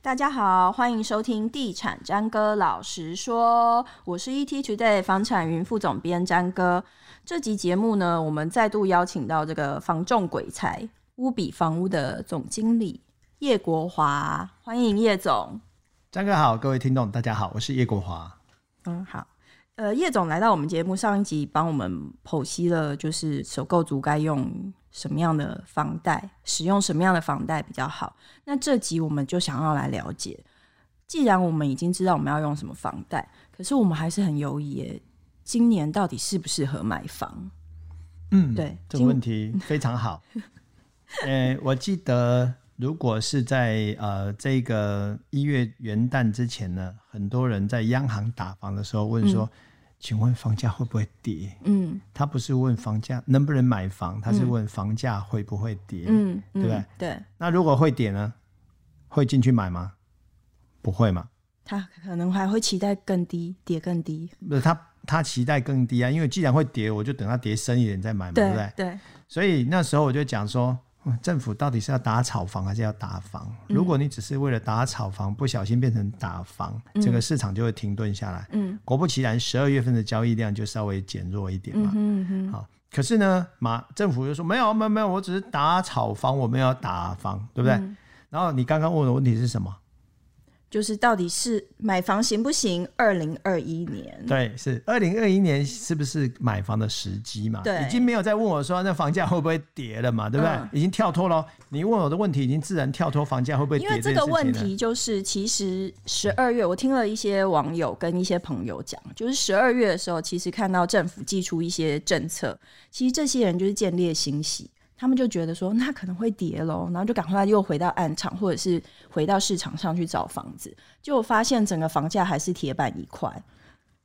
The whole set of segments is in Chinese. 大家好，欢迎收听《地产詹哥老实说》，我是 ET Today 房产云副总编詹哥。这集节目呢，我们再度邀请到这个房仲鬼才乌比房屋的总经理叶国华，欢迎叶总。张哥好，各位听众大家好，我是叶国华。嗯，好。呃，叶总来到我们节目上一集，帮我们剖析了就是首购族该用什么样的房贷，使用什么样的房贷比较好。那这集我们就想要来了解，既然我们已经知道我们要用什么房贷，可是我们还是很犹疑耶，今年到底适不适合买房？嗯，对这个问题非 常好。呃，我记得如果是在呃这个一月元旦之前呢，很多人在央行打房的时候问说，请问房价会不会跌？嗯他不是问房价能不能买房，他是问房价会不会跌。嗯，对不对嗯对，那如果会跌呢，会进去买吗？不会嘛？他可能还会期待更低，跌更低。不是他他期待更低啊，因为既然会跌，我就等它跌深一点再买嘛，对不对？对，所以那时候我就讲说，嗯政府到底是要打炒房还是要打房？嗯如果你只是为了打炒房，不小心变成打房，整个市场就会停顿下来。嗯，果不其然，十二月份的交易量就稍微减弱一点嘛。嗯哼，好、可是呢，马政府又说没有没有没有，我只是打炒房，我没有要打房，对不对？嗯然后你刚刚问我的问题是什么？就是到底是买房行不行？二零二一年，对，是二零二一年是不是买房的时机嘛？对已经没有在问我说那房价会不会跌了嘛，对不对？嗯已经跳脱了哦。你问我的问题已经自然跳脱房价会不会跌因为这个件事问情了题就是，其实十二月我听了一些网友跟一些朋友讲，就是十二月的时候，其实看到政府寄出一些政策，其实这些人就是见猎心喜，他们就觉得说那可能会跌喽，然后就赶快又回到暗场或者是回到市场上去找房子，结果发现整个房价还是铁板一块。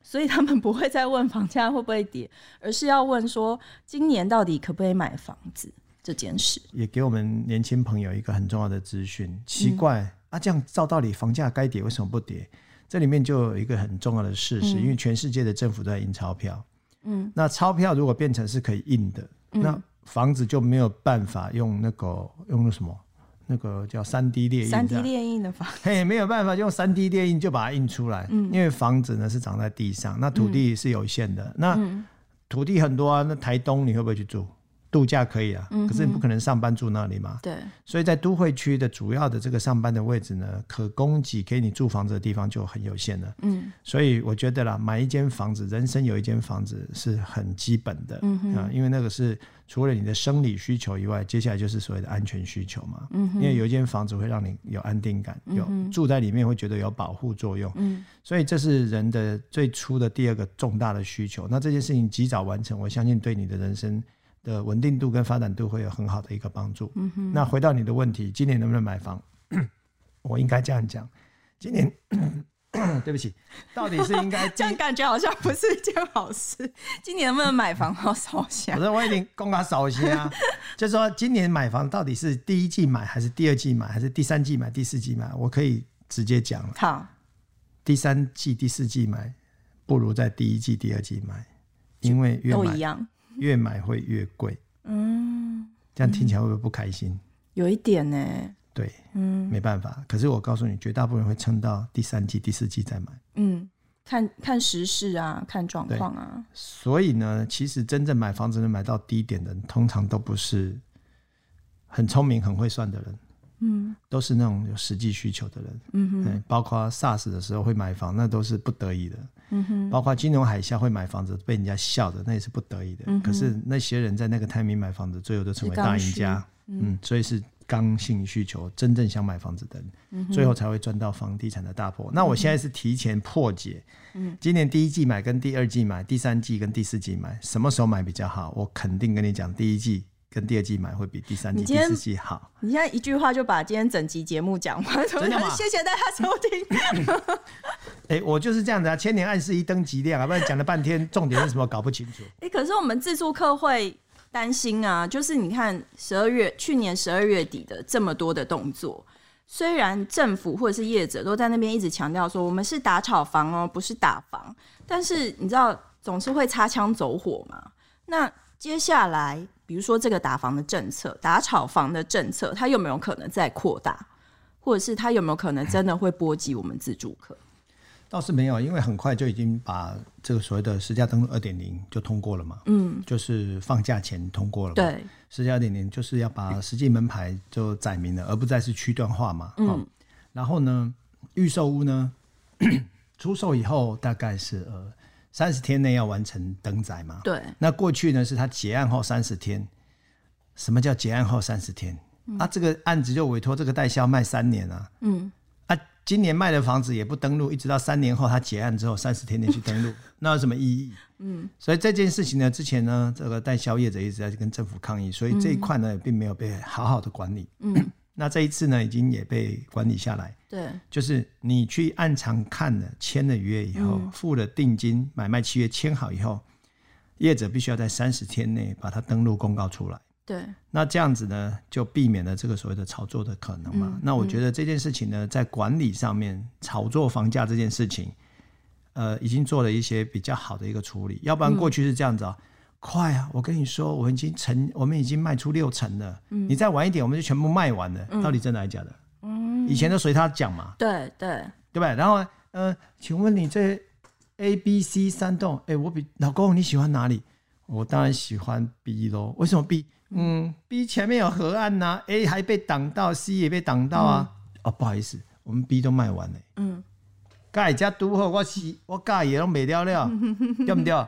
所以他们不会再问房价会不会跌，而是要问说今年到底可不可以买房子这件事。也给我们年轻朋友一个很重要的资讯。奇嗯怪、啊，这样照道理房价该跌为什么不跌？这里面就有一个很重要的事实，嗯因为全世界的政府都在印钞票，嗯，那钞票如果变成是可以印的，嗯那房子就没有办法用那个用那什么那个叫三 D 列印这三样， D 列印的房嘿，没有办法用三 D 列印就把它印出来，因为房子呢是长在地上，那土地是有限的，那土地很多啊，那台东你会不会去住？度假可以啊，可是你不可能上班住那里嘛，对，所以在都会区的主要的这个上班的位置呢，可供给给你住房子的地方就很有限了。嗯，所以我觉得啦，买一间房子，人生有一间房子是很基本的，嗯啊，因为那个是除了你的生理需求以外，接下来就是所谓的安全需求嘛，嗯，因为有一间房子会让你有安定感，有、住在里面会觉得有保护作用，嗯，所以这是人的最初的第二个重大的需求。那这件事情及早完成，我相信对你的人生。的稳定度跟发展度会有很好的一个帮助。嗯哼。那回到你的问题，今年能不能买房？ 我应该这样讲，今年 对不起，到底是应该这样感觉好像不是一件好事。 今年能不能买房好烧香 我？说我已经公他少些啊，就说今年买房到底是第一季买还是第二季买还是第三季买第四季买？我可以直接讲了，好，第三季第四季买不如在第一季第二季买，因为越都买一样，越买会越贵。嗯，这样听起来会不会不开心？有一点呢、对，嗯，没办法。可是我告诉你，绝大部分人会撑到第三季、第四季再买。嗯，看看时事啊，看状况啊，所以呢，其实真正买房子能买到低点的人，通常都不是很聪明、很会算的人，嗯，都是那种有实际需求的人，嗯哼，包括 SARS 的时候会买房，那都是不得已的，嗯哼，包括金融海啸会买房子被人家笑的，那也是不得已的。可是那些人在那个 timing 买房子，最后都成为大赢是刚家，嗯所以是。刚性需求，真正想买房子的人，嗯最后才会赚到房地产的大破。那我现在是提前破解，嗯今年第一季买跟第二季买，第三季跟第四季买，什么时候买比较好？我肯定跟你讲，第一季跟第二季买会比第三季、你今第天四季好。你现在一句话就把今天整集节目讲完，真的吗 谢谢大家收听。哎、我就是这样子啊，千年暗示一灯极亮啊，不然讲了半天，重点是什么搞不清楚。哎、可是我们自助客会担心啊，就是你看十二月去年十二月底的这么多的动作，虽然政府或者是业者都在那边一直强调说我们是打炒房哦，不是打房，但是你知道总是会擦枪走火嘛。那接下来，比如说这个打房的政策、打炒房的政策，它有没有可能再扩大？或者是它有没有可能真的会波及我们自住客？倒是没有，因为很快就已经把这个所谓的实价登录二点零就通过了嘛，嗯，就是放假前通过了嘛。，对，实价二点零就是要把实际门牌就载明了，而不再是区段化嘛。哦，然后呢，预售屋呢， 出售以后大概是呃三十天内要完成登载嘛。对，那过去呢是他结案后三十天，什么叫结案后三十天？啊，这个案子就委托这个代销卖三年啊，嗯，啊，今年卖的房子也不登录，一直到三年后他结案之后三十天内去登录， 那有什么意义？嗯，所以这件事情呢，之前呢，这个代销业者一直在跟政府抗议，所以这一块呢，并没有被好好的管理，嗯，那这一次呢，已经也被管理下来。对，就是你去暗场看了、签了约以后，付了定金、买卖契约签好以后，业者必须要在三十天内把它登录公告出来。对，那这样子呢，就避免了这个所谓的炒作的可能嘛。那我觉得这件事情呢，在管理上面，炒作房价这件事情，呃，已经做了一些比较好的一个处理。要不然过去是这样子啊、快啊！我跟你说，我已经成，我们已经卖出六成了。你再晚一点，我们就全部卖完了。到底真的还是假的？以前都随他讲嘛。对，对，对吧？然后呃，请问你这 A、B、C 三栋，哎，我比老公你喜欢哪里？我当然喜欢 B 咯。为什么 B？嗯，B 前面有河岸呐、a 还被挡到，C 也被挡到啊。哦，不好意思，我们 B 都卖完了。嗯，盖家都后我是我盖也都没掉了，对不对？啊，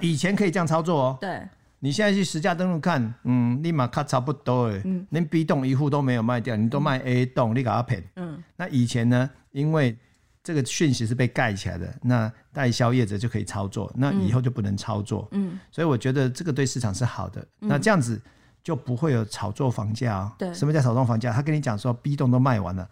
以前可以这样操作哦。对，你现在去实价登录看，嗯，立马看差不多哎，嗯连 B 栋一户都没有卖掉，你都卖 A 栋，你给他骗。嗯，那以前呢，因为这个讯息是被盖起来的，那代销业者就可以操作，那以后就不能操作。嗯，所以我觉得这个对市场是好的。那这样子就不会有炒作房价哦。对什么叫炒作房价？他跟你讲说 B 栋都卖完了，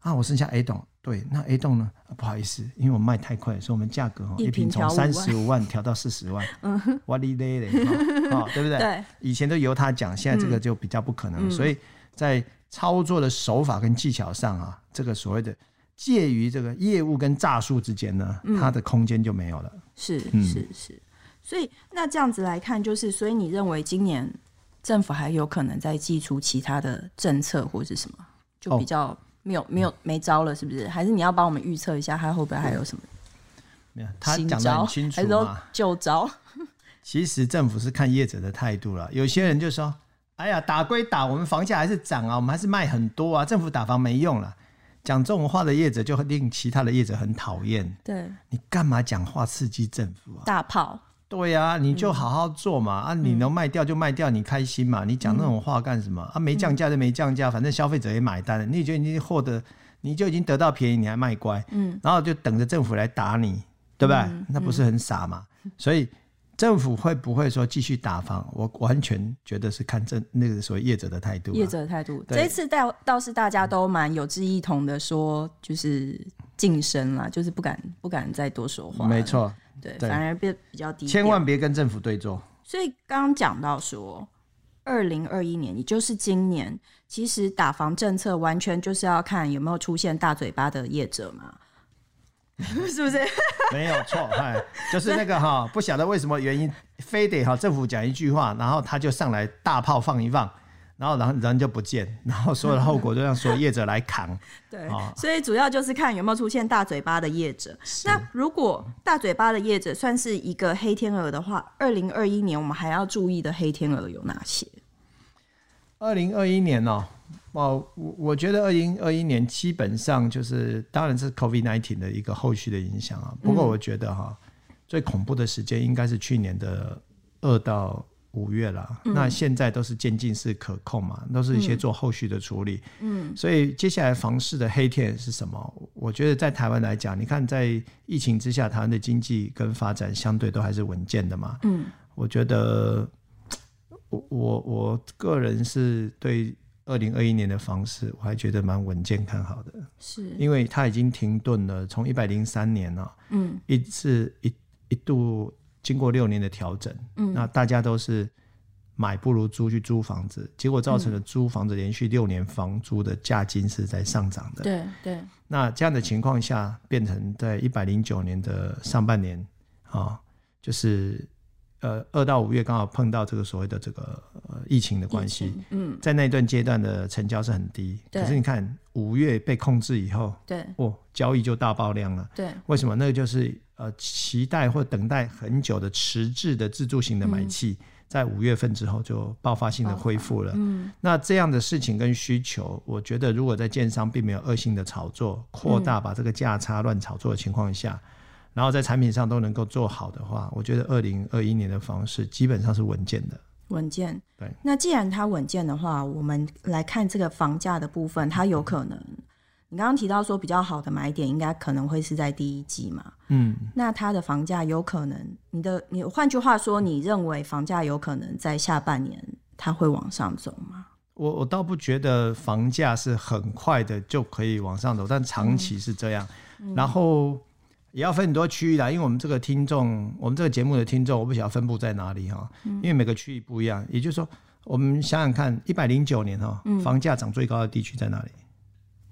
啊，我剩下 A 栋。对，那 A 栋呢、啊不好意思，因为我卖太快了，所以我们价格哦一一平平从调五万三十五万调到四十万。嗯，哇哩嘞嘞，哦哦对不 对？对，嗯以前都由他讲，现在这个就比较不可能。所以在操作的手法跟技巧上啊，这个所谓的介于这个业务跟诈术之间呢，嗯它的空间就没有了。是嗯是是，所以那这样子来看，就是所以你认为今年政府还有可能再祭出其他的政策或者什么，就哦比较没有、没有没招了，是不是？还是你要帮我们预测一下，它会不会还有什么没有，他新讲的招，很清楚还是都嘛。旧招？ 其实政府是看业者的态度了，有些人就说：“哎呀，打归打，我们房价还是涨啊，我们还是卖很多啊，政府打房没用了。”讲这种话的业者就会令其他的业者很讨厌。对，你干嘛讲话刺激政府啊？大炮，对呀、你就嗯好好做嘛，啊，你能卖掉就卖掉，你开心嘛，你讲那种话干什么？啊，嗯没降价就没降价，反正消费者也买单了，你就已经获得，你就已经得到便宜，你还卖乖，嗯，然后就等着政府来打你，对吧？嗯那不是很傻 嘛？所以政府会不会说继续打房？我完全觉得是看政那个所谓业者的态度、啊，业者的态度。对这一次倒倒是大家都蛮有志一同的说，就是晋升啦，就是不敢不敢再多说话。嗯没，错，对，对反而变比较低调。千万别跟政府对坐。所以刚刚讲到说，二零二一年，也就是今年，其实打房政策完全就是要看有没有出现大嘴巴的业者 嘛，是不是？ 没有错，哎，就是那个哈，不晓得为什么原因，非得哈政府讲一句话，然后他就上来大炮放一放，然后然后人就不见，然后所有的后果都让所有业者来扛。对，哦所以主要就是看有没有出现大嘴巴的业者。那如果大嘴巴的业者算是一个黑天鹅的话，二零二一年我们还要注意的黑天鹅有哪些？二零二一年哦，哦，我我觉得二零二一年基本上就是，当然是 COVID nineteen 的一个后续的影响啊。不过我觉得哈、最恐怖的时间应该是去年的二到五月了。那现在都是渐进式可控嘛，都是一些做后续的处理。嗯，所以接下来房市的黑天鹅是什么？我觉得在台湾来讲，你看在疫情之下，台湾的经济跟发展相对都还是稳健的嘛。嗯，我觉得我我我个人是对二零二一年的房市，我还觉得蛮稳健看好的，是因为它已经停顿了，从一百零三年啊，嗯，一次一一度经过六年的调整，嗯，那大家都是买不如租去租房子，结果造成了租房子连续六年房租的价金是在上涨的，对对那这样的情况下，变成在一百零九年的上半年啊、就是呃二到五月刚好碰到这个所谓的这个、呃、疫情的关系，嗯，在那一段阶段的成交是很低。对可是你看五月被控制以后，对哦，交易就大爆量了。对，为什么？那个就是呃期待或等待很久的迟滞的自助型的买气，在五月份之后就嗯爆发性的恢复了。嗯那这样的事情跟需求，我觉得如果在建商并没有恶性的炒作、扩大把这个价差乱炒作的情况下，然后在产品上都能够做好的话，我觉得二零二一年的房市基本上是稳健的。稳健。对，那既然它稳健的话，我们来看这个房价的部分，它有可能。你刚刚提到说比较好的买点应该可能会是在第一季嘛？嗯，那它的房价有可能，你的你换句话说，你认为房价有可能在下半年它会往上走吗？我我倒不觉得房价是很快的就可以往上走，但嗯长期是这样。然后也要分很多区域啦，因为我们这个听众，我们这个节目的听众，我不晓得分布在哪里哈，嗯因为每个区域不一样。也就是说，我们想想看，一百零九年哈，嗯房价涨最高的地区在哪里？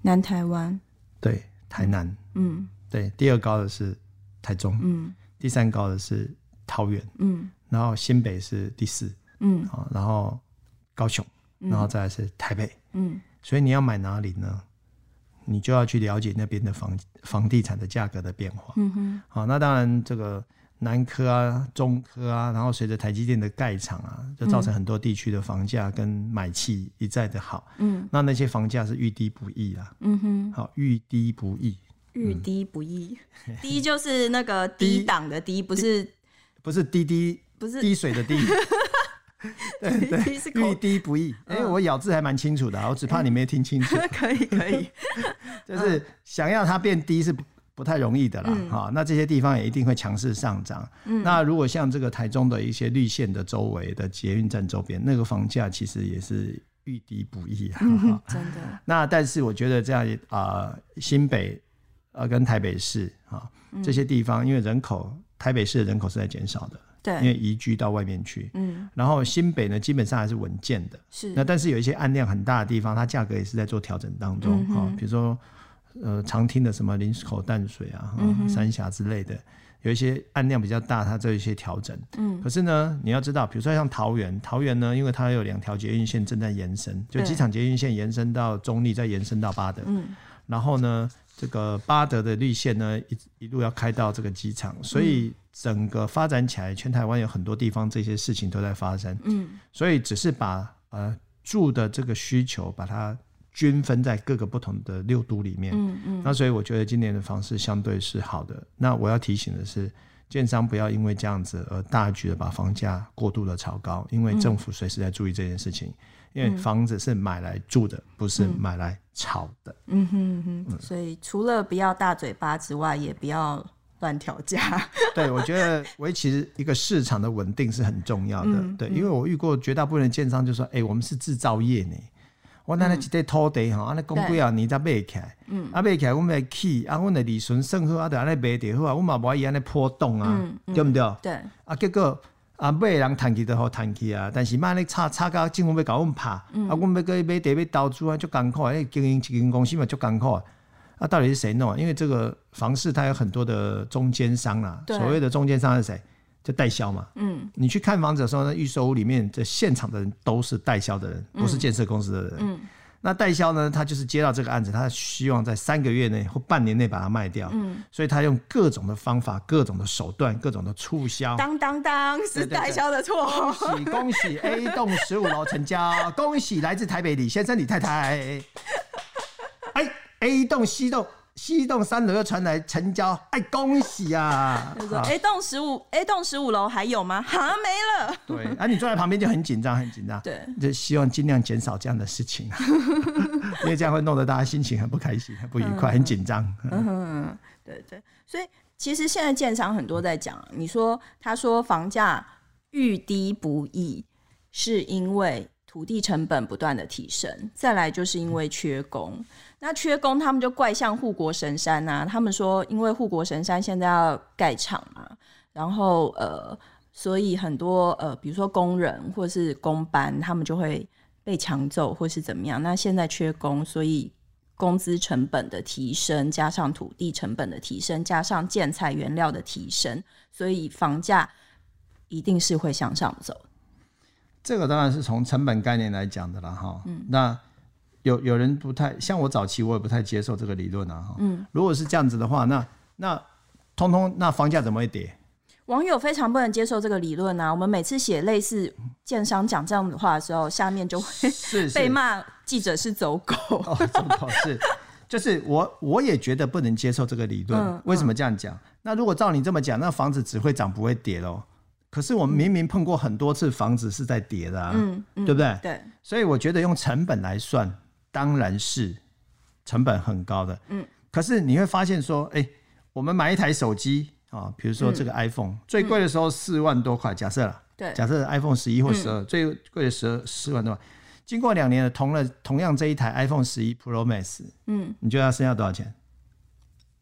南台湾，对，台南。嗯对，第二高的是台中，嗯第三高的是桃园，嗯然后新北是第四嗯啊，然后高雄，然后再来是台北。嗯所以你要买哪里呢？你就要去了解那边的房房地产的价格的变化。嗯哼，好，那当然这个南科啊、中科啊，然后随着台积电的盖厂啊，就造成很多地区的房价跟买气一再的好。嗯那那些房价是遇低不易啦，嗯哼，好，遇低不易，遇低不 易，低就是那个低档的低，不是不是滴滴不 是滴水的滴， 低是遇口嗯低不易。哎、我咬字还蛮清楚的啊，我只怕你没听清楚。可以可以，嗯就是想要它变低是不不太容易的啦，哈、那这些地方也一定会强势上涨。嗯那如果像这个台中的一些绿线的周围的捷运站周边，那个房价其实也是遇低不易啊。嗯哈真的，那但是我觉得这样也啊、新北呃跟台北市啊、嗯这些地方，因为人口台北市的人口是在减少的，对，因为移居到外面去。嗯，然后新北呢，基本上还是稳健的，是那但是有一些案量很大的地方，它价格也是在做调整当中嗯啊、哼比如说呃常听的什么林口淡水啊、嗯哈三峡之类的，有一些案量比较大，它这一些调整。嗯可是呢，你要知道，比如说像桃园，桃园呢，因为它有两条捷运线正在延伸，就对机场捷运线延伸到中立，再延伸到巴德，嗯然后呢，这个巴德的绿线呢，一一路要开到这个机场，所以整个发展起来，全台湾有很多地方这些事情都在发生。嗯所以只是把呃住的这个需求把它均分在各个不同的六都里面。嗯嗯，那所以我觉得今年的房市相对是好的。那我要提醒的是，建商不要因为这样子而大举的把房价过度的炒高，因嗯为政府随时在注意这件事情。因为房子是买来住的，不是买来炒 的。嗯哼嗯哼，所以除了不要大嘴巴之外，也不要乱调价，对，我觉得维持一个市场的稳定是很重要的。嗯对，因为我遇过绝大部分的建商就说：“哎、我们是制造业呢，我嗯那那一块土地吼，安尼讲几啊年才卖起来，啊卖起来，阮要起，啊阮的利润算好，啊就安尼卖就好啊，阮嘛无爱伊安尼波动啊，嗯对毋对？ 对，啊结果。”啊，买的人趁去就好趁去啊，但是卖咧吵吵到政府要甲阮拍，嗯啊，阮要过买地要投资啊，足艰苦的，迄经营一间公司嘛足艰苦的。啊，到底是谁弄啊？因为这个房市它有很多的中间商啦，对所谓的中间商是谁？就代销嘛。嗯你去看房子的时候，那预售屋里面的现场的人都是代销的人，不是建设公司的人。嗯那代销呢，他就是接到这个案子，他希望在三个月内或半年内把它卖掉，嗯，所以他用各种的方法、各种的手段、各种的促销。当当当是代销的 错，恭喜恭喜 A 栋十五楼成交，恭喜来自台北李先生李太太。哎，A 栋、西栋、西栋三楼又传来成交，哎，恭喜啊！他说啊 A 栋哎十五 A 栋十五楼还有吗？哈，没了，对，啊，你坐在旁边就很紧张，很紧张。对，就希望尽量减少这样的事情啊，因为这样会弄得大家心情很不开心、很不愉快、很紧张。嗯，对对，所以其实现在建商很多在讲，你说他说房价遇低不易，是因为土地成本不断的提升，再来就是因为缺工。那缺工，他们就怪向护国神山呐、他们说，因为护国神山现在要盖厂嘛，然后呃，所以很多呃，比如说工人或是工班，他们就会被抢走或是怎么样。那现在缺工，所以工资成本的提升，加上土地成本的提升，加上建材原料的提升，所以房价一定是会向上走。这个当然是从成本概念来讲的啦，哈。嗯。那有有人不太像我早期，我也不太接受这个理论啊，哈。嗯。如果是这样子的话，那那通通那房价怎么 会跌？网友非常不能接受这个理论啊！我们每次写类似建商讲这样的话的时候，下面就会是是被骂记者是走狗。哦，真的是，就是我我也觉得不能接受这个理论。嗯为什么这样讲？那如果照你这么讲，那房子只会涨不会跌喽。可是我们明明碰过很多次房子是在跌的啊，嗯嗯，对不对？对，所以我觉得用成本来算，当然是成本很高的。嗯，可是你会发现说，哎、我们买一台手机啊，比如说这个 iPhone，、最贵的时候四万多块，假设啦，对假设 iPhone 十一或十二、最贵的十二四万多块，经过两年的同了同样这一台 iPhone 十一 Pro Max，嗯，你觉得它剩下多少钱？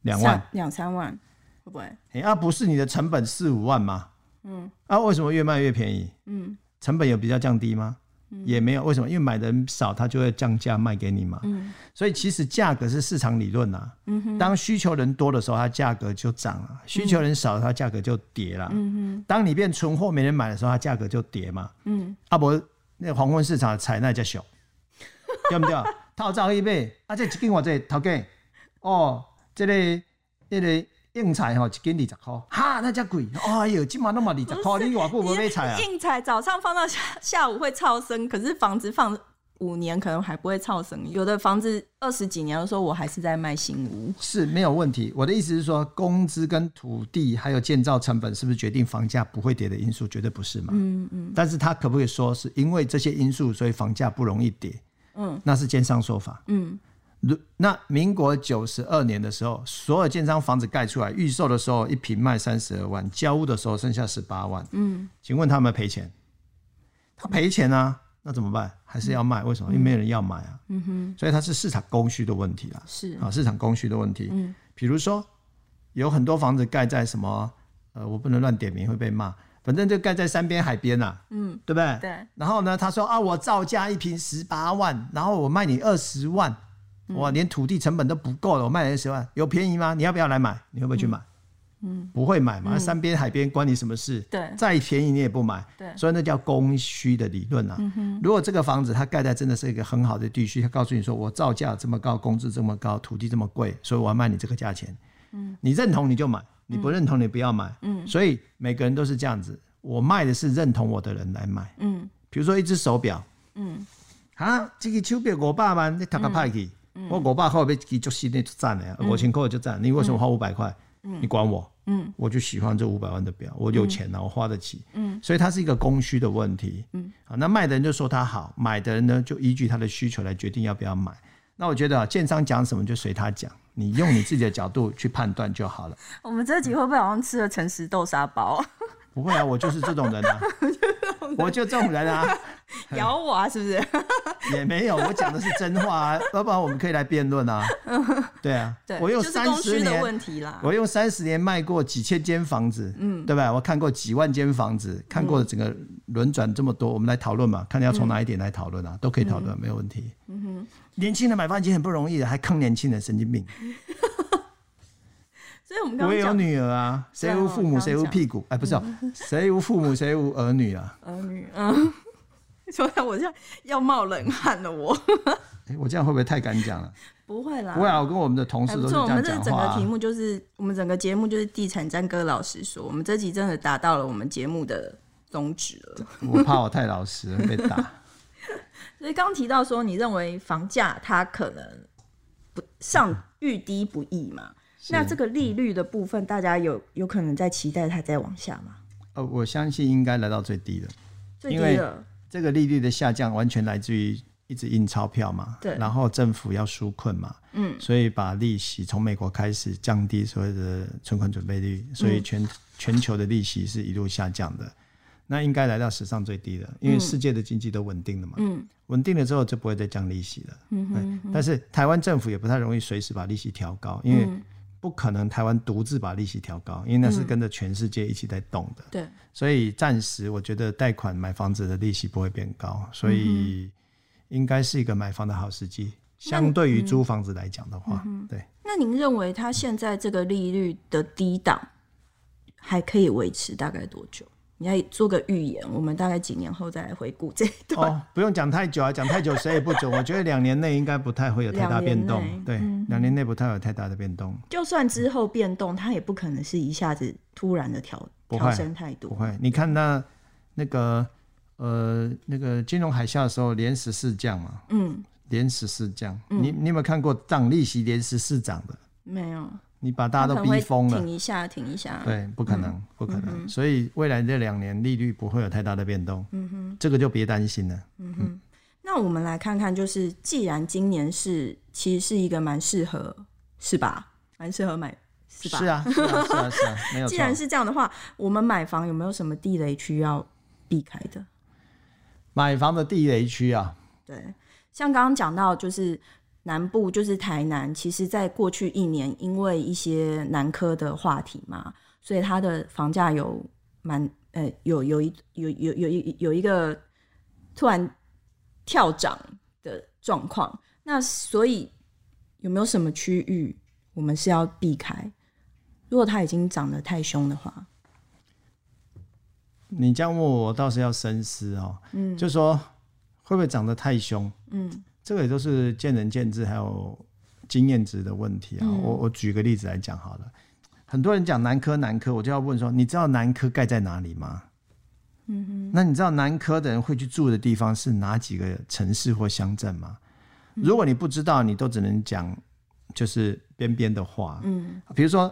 两万三，两三万会不会？哎、啊，不是你的成本四五万吗？嗯，啊，为什么越卖越便宜？嗯，成本有比较降低吗？也没有，为什么？因为买的人少，他就会降价卖给你嘛。嗯，所以其实价格是市场理论呐、嗯哼，当需求人多的时候，它价格就涨了；需求人少，它价格就跌了。嗯哼，当你变存货没人买的时候，它价格就跌嘛。嗯，啊不，那个黄昏市场采那叫小，对 不对？套早一倍，啊这一斤我这头家，哦，这个这个硬菜吼、一斤二十块，哈那叫贵，哎呦，今晚那么二十块，你外久无买菜啊？硬材早上放到下下午会超生，可是房子放五年可能还不会超生。有的房子二十几年的时候，我还是在卖新屋。是没有问题。我的意思是说，工资跟土地还有建造成本是不是决定房价不会跌的因素？绝对不是嘛。嗯嗯。但是他可不可以说是因为这些因素，所以房价不容易跌？嗯，那是奸商说法。嗯，如那民国九十二年的时候，所有建商房子盖出来，预售的时候一平卖三十二万，交屋的时候剩下十八万。嗯，请问他有没有赔钱？他赔钱啊，那怎么办？还是要卖？为什么？因为没有人要买啊。嗯哼。所以它是市场供需的问题啦。是啊，市场供需的问题。嗯，比如说有很多房子盖在什么，呃，我不能乱点名会被骂，反正就盖在山边海边啦、嗯，对不对？对。然后呢，他说啊，我造价一平十八万，然后我卖你二十万，我连土地成本都不够了，我卖你二十万，有便宜吗？你要不要来买？你会不会去买？嗯，不会买嘛，山边海边关你什么事？对再便宜你也不买，对所以那叫供需的理论啊。如果这个房子它盖在真的是一个很好的地区，它告诉你说我造价这么高，工资这么高，土地这么贵，所以我要卖你这个价钱。你认同你就买，你不认同你不要买。嗯，所以每个人都是这样子，我卖的是认同我的人来买。嗯，比如说一只手表，嗯，啊，这个手表五百万，你读个派去，我五百块被给就新的就占了，五千块就占，你为什么花五百块？你管我？嗯，我就喜欢这五百万的表，我有钱啊，我花得起。嗯，所以它是一个供需的问题。嗯，好，那卖的人就说它好，买的人呢就依据他的需求来决定要不要买。那我觉得啊，建商讲什么就随他讲，你用你自己的角度去判断就好了。我们这集会不会好像吃了诚实豆沙 包，不会啊，我就是这种人啊， 我就这种人啊，咬我啊？是不是？ 也没有，我讲的是真话啊，要不然我们可以来辩论啊。对啊， 对，我用就是三供十需的问年，题啊啦。我用三十年卖过几千间房子，嗯，对吧？我看过几万间房子，看过整个轮转这么多，我们来讨论嘛，看你要从哪一点来讨嗯论啊，都可以讨论，没有问题。嗯哼，年轻人买房已经很不容易了，还坑年轻人，神经病。所以我们刚我刚也有讲女儿啊，谁无父母谁无屁股？哎，不是哦，嗯谁无父母谁无儿女啊？儿女，嗯，所以 我现在要冒冷汗了我，哎，我这样会不会太敢讲了？ 不会啦，不会啊，我跟我们的同事还都不是错，我这样们这讲整话个啊题。目就是我们整个节目就是地产战歌老师说，我们这集真的达到了我们节目的宗旨了。我怕我太老实会被打。所以刚提到说，你认为房价它可能不上遇低不易嘛？那这个利率的部分，大家有有可能在期待它再往下吗？呃，我相信应该来到最低的。最低因为了，这个利率的下降完全来自于一直印钞票嘛，对然后政府要纾困嘛，嗯，所以把利息从美国开始降低所谓的存款准备率，所以全、全球的利息是一路下降的。那应该来到史上最低的，因为世界的经济都稳定了嘛。嗯，稳定了之后就不会再降利息了。嗯哼但是台湾政府也不太容易随时把利息调高，因为不可能台湾独自把利息调高，因为那是跟着全世界一起在动的。对，所以暂时我觉得贷款买房子的利息不会变高，所嗯以应该是一个买房的好时机。相对于租房子来讲的嗯话， 对，那您认为它现在这个利率的低档还可以维持大概多久？你要做个预言，我们大概几年后再来回顾这一段。哦，不用讲太久啊，讲太久谁也不准。我觉得两年内应该不太会有太大变动两年内，嗯对，两年内不太有太大的变动，就算之后变动，它也不可能是一下子突然的调不调会升太不多。会。你看那那个呃那个金融海啸的时候，连十四降嘛，嗯，连十四降，你你有没有看过涨利息连十四涨的？没有，你把大它家都可能会逼疯了停。一下，停一下。对，不可嗯能，不可能。所以未来这两年利率不会有太大的变动，嗯哼，这个就别担心了。那我们来看看，就是既然今年是其实是一个蛮适合，是吧？蛮适合买，是吧？啊，是啊，是啊，是啊，没 有既错。然是这样的话，我们买房有没有什么地雷区要避开的？买房的地雷区啊，对，像刚刚讲到，就是南部，就是台南，其实在过去一年，因为一些南科的话题嘛，所以它的房价有蛮呃有有一有有有有有一个突然跳涨的状况。那所以有没有什么区域我们是要避开？如果它已经涨得太凶的话，你这样问我，我倒是要深思哦。嗯，就说会不会涨得太凶？嗯，这个也都是见仁见智，还有经验值的问题啊。我我举个例子来讲好了。很多人讲南科南科，我就要问说，你知道南科盖在哪里吗？嗯哼。那你知道南科的人会去住的地方是哪几个城市或乡镇吗？如果你不知道，你都只能讲就是边边的话。嗯，比如说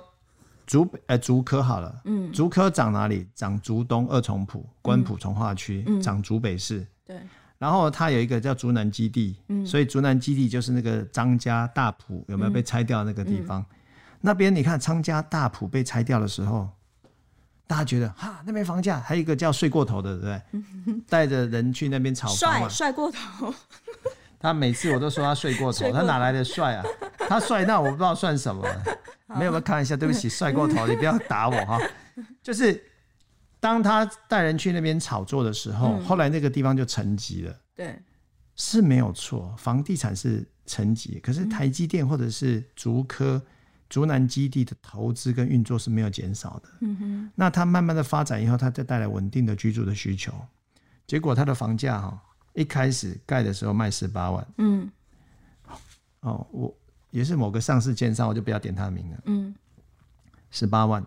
竹北呃竹科好了，嗯，竹科长哪里？长竹东二重埔、关埔从化区，长竹北市。对，然后它有一个叫竹南基地，所以竹南基地就是那个张家大埔有没有被拆掉那个地方？那边你看张家大埔被拆掉的时候，大家觉得哈那边房价，还有一个叫睡过头的，对不对？带着人去那边炒房帅嘛。帅过头，他每次我都说他睡过头，睡过他头哪来的帅啊？他帅那我不知道算什么，没有没有开玩笑，对不起，帅过头，你不要打我 哈。就是当他带人去那边炒作的时嗯候，后来那个地方就沉寂了。对，是没有错，房地产是层级，可是台积电或者是竹科、竹南基地的投资跟运作是没有减少的。嗯哼，那它慢慢的发展以后，它再带来稳定的居住的需求，结果它的房价哈、一开始盖的时候卖十八万，嗯哦，我也是某个上市建商，我就不要点他的名了，嗯，十八万。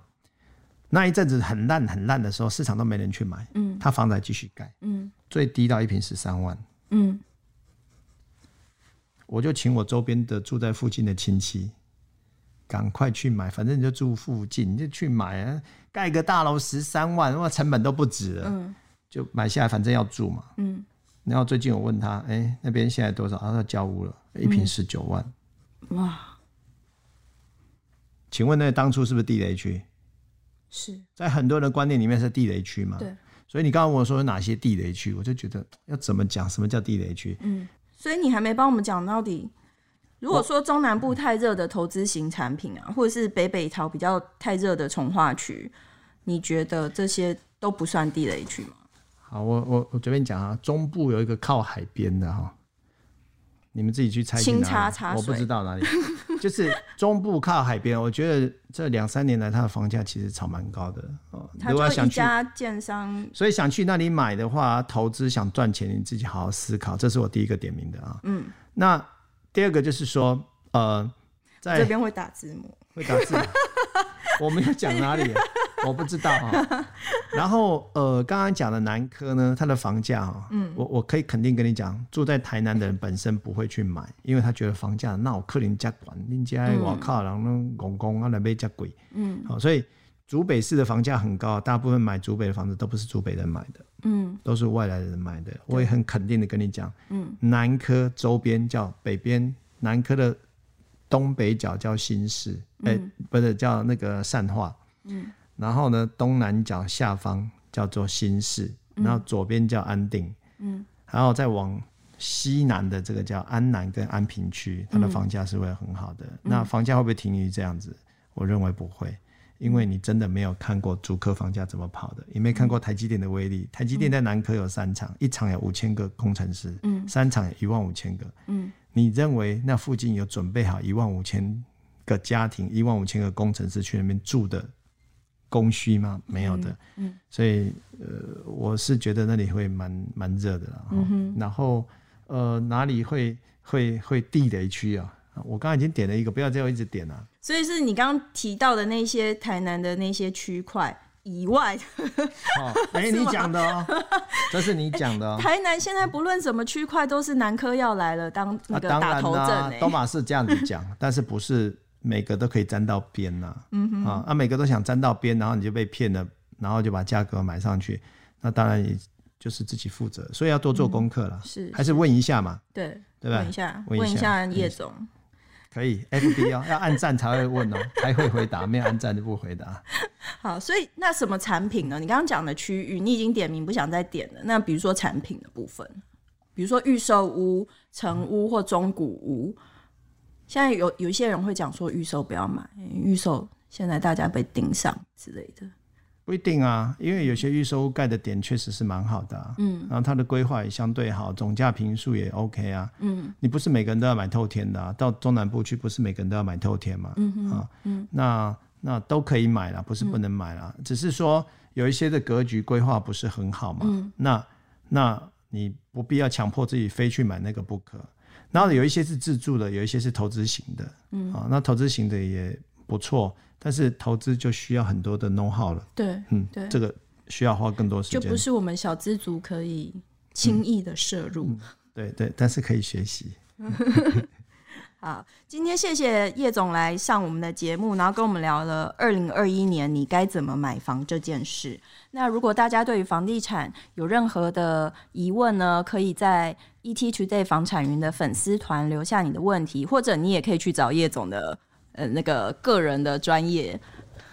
那一阵子很烂很烂的时候，市场都没人去买，嗯，他房子还继续盖，嗯最低到一平十三万，嗯，我就请我周边的住在附近的亲戚，赶快去买，反正你就住附近，你就去买啊，盖个大楼十三万，哇，成本都不止了，就买下来，反正要住嘛，嗯。然后最近我问他，哎、那边现在多少？他说交屋了，一嗯平十九万。哇，请问那当初是不是地雷区？是在很多人的观念里面是地雷区嘛？对。所以你刚刚问我说有哪些地雷区，我就觉得要怎么讲什么叫地雷区？所以你还没帮我们讲到底。如果说中南部太热的投资型产品啊，或者是北北桃比较太热的从化区，你觉得这些都不算地雷区吗？好，我我我随便讲啊，中部有一个靠海边的哈、你们自己去猜去哪里清叉叉水我不知道哪里， 就是中部靠海边。我觉得这两三年来，它的房价其实炒蛮高的哦。它如果要就想一去，家建商，所以想去那里买的话，投资想赚钱，你自己好好思考，这是我第一个点名的啊。嗯，那第二个就是说，呃，在这边会打字幕，会打 字吗？我没有讲哪 里，我不知道哈、然后呃，刚刚讲的南科呢，它的房价哈、嗯，我我可以肯定跟你讲，住在台南的人本身不会去买，因为他觉得房价那我客人家管，人家我靠，然后公公啊那边加贵，嗯，好、所以竹北市的房价很高，大部分买竹北的房子都不是竹北人买的，嗯，都是外来人买的。我也很肯定的跟你讲，嗯，南科周边叫北边，南科的东北角叫新市，哎、不是叫那个善化，嗯，然后呢东南角下方叫做新市，然后左边叫安定，嗯，然后再往。西南的这个叫安南跟安平区，它的房价是会很好的。那房价会不会停于这样子？我认为不会，因为你真的没有看过竹科房价怎么跑的，也没看过台积电的威力。台积电在南科有三厂，一厂有五千个工程师，嗯，三厂有一万五千个，嗯，你认为那附近有准备好一万五千个家庭、一万五千个工程师去那边住的供需吗？没有的。嗯嗯所以呃，我是觉得那里会蛮蛮热的啦。嗯嗯、然后呃，哪里会会会地雷区啊？我刚刚已经点了一个，不要再一直点了、啊所以是你刚刚提到的那些台南的那些区块以外， 哦，哎、你讲的哦，这是你讲的哦。台南现在不论什么区块都是南科要来了当那啊，个当打然头阵啦哎、，东马是这样子 讲，但是不是每个都可以沾到边呐、嗯哼，啊，啊每个都想沾到边，然后你就被骗了，然后就把价格买上去，那当然也就是自己负责，所以要多做功课啦。嗯是还是问一下嘛，对，对吧问一下，问一下问一下叶总，可以，FB 哦，要按赞才会问哦，才会回答，没有按赞就不回答。好，所以那什么产品呢？你刚刚讲的区域，你已经点名不想再点了。那比如说产品的部分，比如说预售屋、成屋或中古屋，现在有有一些人会讲说预售不要买，预售现在大家被盯上之类的。不一定啊，因为有些预售屋盖的点确实是蛮好的、啊，嗯，然后它的规划也相对好，总价平数也 OK 啊，嗯，你不是每个人都要买透天的、啊，到中南部去不是每个人都要买透天嘛，嗯啊，嗯，那那都可以买啦，不是不能买啦，只是说有一些的格局规划不是很好嘛，那那你不必要强迫自己非去买那个不可，然后有一些是自住的，有一些是投资型的，嗯啊，那投资型的也不错，但是投资就需要很多的 know how 了。对，嗯对，这个需要花更多时就间不。是我们小资族可以轻易的摄入。对对，但是可以学习。好，今天谢谢叶总来上我们的节目，然后跟我们聊了二零二一年你该怎么买房这件事。那如果大家对于房地产有任何的疑问呢，可以在 ET Today 房产云的粉丝团留下你的问题，或者你也可以去找叶总的呃那个个人的专业。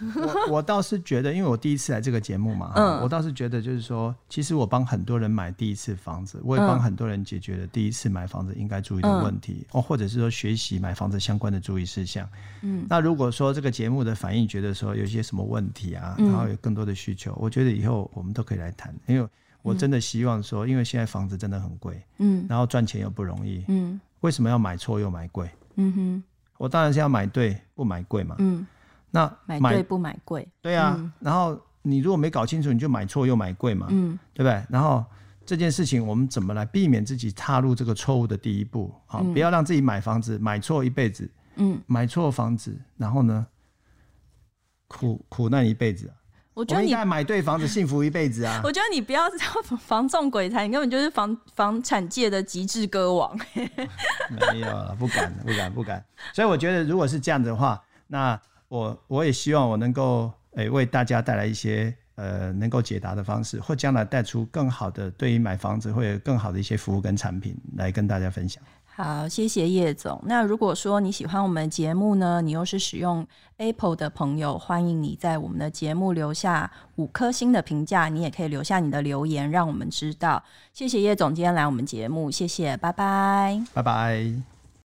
我我倒是觉得，因为我第一次来这个节目嘛，嗯我倒是觉得就是说，其实我帮很多人买第一次房子，我也嗯帮很多人解决了第一次买房子应该注意的问题，哦，或者是说学习买房子相关的注意事项。嗯，那如果说这个节目的反应觉得说有一些什么问题啊，然嗯后有更多的需求，我觉得以后我们都可以来谈，因为我真的希望说，因为现在房子真的很贵，嗯然后赚钱又不容易，嗯为什么要买错又买贵？嗯哼我当然是要买对不买贵嘛。嗯，那买对不买贵？对啊，然后你如果没搞清楚，你就买错又买贵嘛，嗯对不对？然后这件事情我们怎么来避免自己踏入这个错误的第一步？好，不要让自己买房子买错一辈子，嗯，买错房子，然后呢，苦苦难一辈子啊。我我觉得们你应该买对房子，幸福一辈子啊！我觉得你不要 叫防纵鬼才，你根本就是房房产界的极致歌王。没有了，不敢，不敢，不敢。所以我觉得，如果是这样子的话，那我我也希望我能够诶、为大家带来一些呃能够解答的方式，或将来带出更好的对于买房子会有更好的一些服务跟产品来跟大家分享。好，谢谢叶总。那如果说你喜欢我们的节目呢，你又是使用 Apple 的朋友，欢迎你在我们的节目留下五颗星的评价，你也可以留下你的留言，让我们知道。谢谢叶总今天来我们节目，谢谢，拜拜。拜拜。